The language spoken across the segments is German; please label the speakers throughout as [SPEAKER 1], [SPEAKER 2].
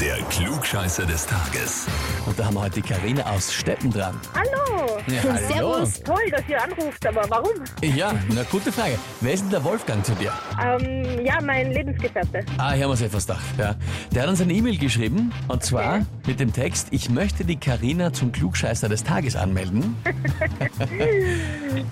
[SPEAKER 1] Der Klugscheißer des Tages.
[SPEAKER 2] Und da haben wir heute die Karina aus Steppen dran.
[SPEAKER 3] Hallo! Oh,
[SPEAKER 2] Ja,
[SPEAKER 4] Servus.
[SPEAKER 3] Toll, dass ihr anruft, aber warum?
[SPEAKER 2] Ja, na gute Frage. Wer ist denn der Wolfgang zu dir?
[SPEAKER 3] Ähm, ja, mein Lebensgefährte.
[SPEAKER 2] Ah, hier haben wir es etwas gedacht. Ja. Der hat uns eine E-Mail geschrieben und zwar mit dem Text, ich möchte die Karina zum Klugscheißer des Tages anmelden,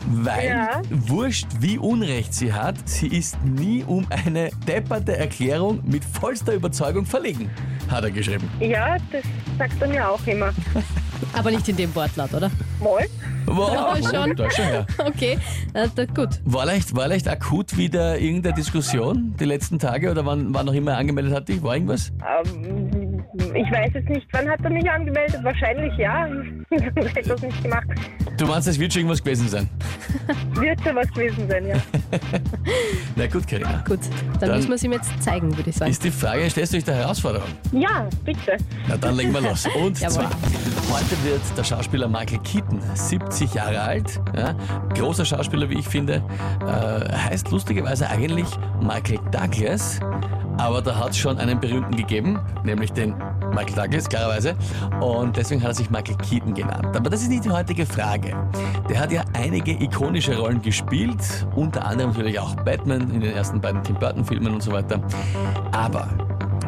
[SPEAKER 2] weil
[SPEAKER 3] Ja.
[SPEAKER 2] wurscht wie Unrecht sie hat, sie ist nie um eine depperte Erklärung mit vollster Überzeugung verlegen, hat er geschrieben.
[SPEAKER 3] Ja, das sagt er mir auch immer.
[SPEAKER 4] Aber nicht in dem Wortlaut, oder?
[SPEAKER 3] Moll?
[SPEAKER 2] Wow,
[SPEAKER 4] Ja, schon.
[SPEAKER 2] Da ist schon her.
[SPEAKER 4] Okay, äh, da, gut.
[SPEAKER 2] War leicht, war leicht akut wieder irgendeine Diskussion die letzten Tage oder wann, wann noch immer er angemeldet hat dich? War irgendwas?
[SPEAKER 3] Ähm, ich weiß es nicht. Wann hat er mich angemeldet? Wahrscheinlich ja. Sonst hätte er es nicht gemacht.
[SPEAKER 2] Du meinst, es wird schon irgendwas gewesen sein?
[SPEAKER 3] Wird schon was gewesen sein, ja.
[SPEAKER 2] Na gut, Karina.
[SPEAKER 4] Gut,
[SPEAKER 2] Dann-
[SPEAKER 4] dann, müssen wir es ihm jetzt zeigen, würde ich sagen.
[SPEAKER 2] Ist die Frage, stellst du dich der Herausforderung?
[SPEAKER 3] Ja, bitte.
[SPEAKER 2] Na dann legen wir los. Und
[SPEAKER 4] Jawohl.
[SPEAKER 2] zwar, heute wird der Schauspieler Michael Keaton 70 Jahre alt. Ja, großer Schauspieler, wie ich finde. Äh, heißt lustigerweise eigentlich Michael Douglas. Aber da hat es schon einen berühmten gegeben, nämlich den Michael Douglas, klarerweise. Und deswegen hat er sich Michael Keaton genannt. Aber das ist nicht die heutige Frage. Der hat ja einige ikonische Rollen gespielt, unter anderem natürlich auch Batman in den ersten beiden Tim Burton-Filmen und so weiter. Aber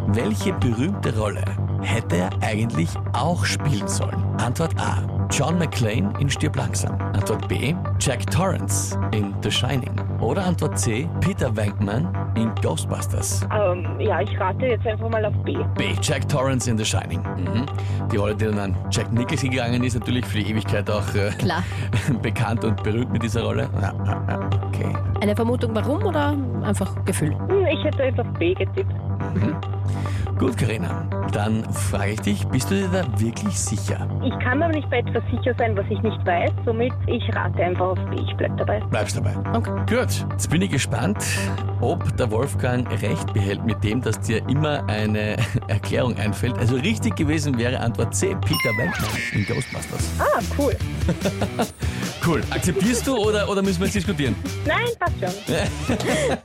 [SPEAKER 2] welche berühmte Rolle hätte er eigentlich auch spielen sollen? Antwort A. John McClane in Stirb langsam. Antwort B. Jack Torrance in The Shining. Oder Antwort C. Peter Venkman in Ghostbusters.
[SPEAKER 3] Ähm, ja, ich rate jetzt einfach mal auf B.
[SPEAKER 2] B. Jack Torrance in The Shining. Mhm. Die Rolle, die dann an Jack Nicholson gegangen ist, natürlich für die Ewigkeit auch äh,
[SPEAKER 4] Klar.
[SPEAKER 2] bekannt und berühmt mit dieser Rolle. Ja, ja, ja, Okay.
[SPEAKER 4] Eine Vermutung, warum oder einfach Gefühl?
[SPEAKER 3] Hm, ich hätte jetzt auf B getippt.
[SPEAKER 2] Gut, Karina. Dann frage ich dich, bist du dir da wirklich sicher?
[SPEAKER 3] Ich kann aber nicht bei etwas sicher sein, was ich nicht weiß. Somit, ich rate einfach auf B. Ich bleib dabei.
[SPEAKER 2] Bleibst dabei.
[SPEAKER 4] Okay.
[SPEAKER 2] Gut, jetzt bin ich gespannt, ob der Wolfgang recht behält mit dem, dass dir immer eine Erklärung einfällt. Also richtig gewesen wäre Antwort C, Peter Venkman in Ghostbusters.
[SPEAKER 3] Ah, cool.
[SPEAKER 2] Cool. Akzeptierst du oder, oder müssen wir jetzt diskutieren?
[SPEAKER 3] Nein, passt schon.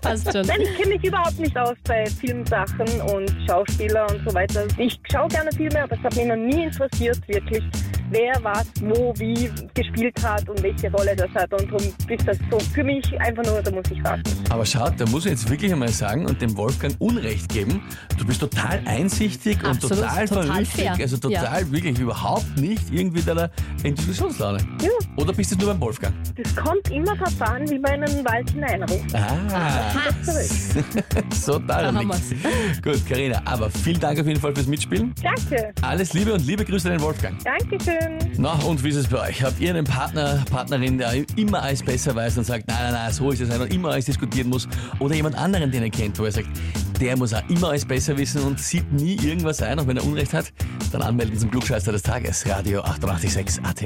[SPEAKER 4] Passt schon.
[SPEAKER 3] Nein, ich kenne mich überhaupt nicht aus bei Filmsachen und Schauspieler und so weiter. Ich schaue gerne Filme, aber es hat mich noch nie interessiert, wirklich, wer was, wo, wie gespielt hat und welche Rolle das hat. Und darum ist das so für mich einfach nur, da muss ich raten.
[SPEAKER 2] Aber schaut, da muss ich jetzt wirklich einmal sagen und dem Wolfgang Unrecht geben. Du bist total einsichtig und
[SPEAKER 4] Absolut,
[SPEAKER 2] total,
[SPEAKER 4] total
[SPEAKER 2] vernünftig.
[SPEAKER 4] fair.
[SPEAKER 2] Also total wirklich überhaupt nicht irgendwie deiner Intuitionslaune.
[SPEAKER 3] Ja,
[SPEAKER 2] Oder bist du nur beim Wolfgang?
[SPEAKER 3] das kommt immer drauf an, wie man in einen Wald hineinruft.
[SPEAKER 2] Ah.
[SPEAKER 3] Zurück.
[SPEAKER 2] So, daran
[SPEAKER 4] Da haben
[SPEAKER 2] liegt's. Gut, Karina, aber vielen Dank auf jeden Fall fürs Mitspielen.
[SPEAKER 3] Danke,
[SPEAKER 2] Alles Liebe und liebe Grüße an den Wolfgang.
[SPEAKER 3] Dankeschön.
[SPEAKER 2] Na, und wie ist es bei euch? Habt ihr einen Partner, Partnerin, der immer alles besser weiß und sagt, nein, nein, nein, so ist es, und immer alles diskutieren muss? Oder jemand anderen, den er kennt, wo er sagt, der muss auch immer alles besser wissen und sieht nie irgendwas ein, auch wenn er Unrecht hat? Dann anmelden zum Klugscheißer des Tages, Radio 886 AT.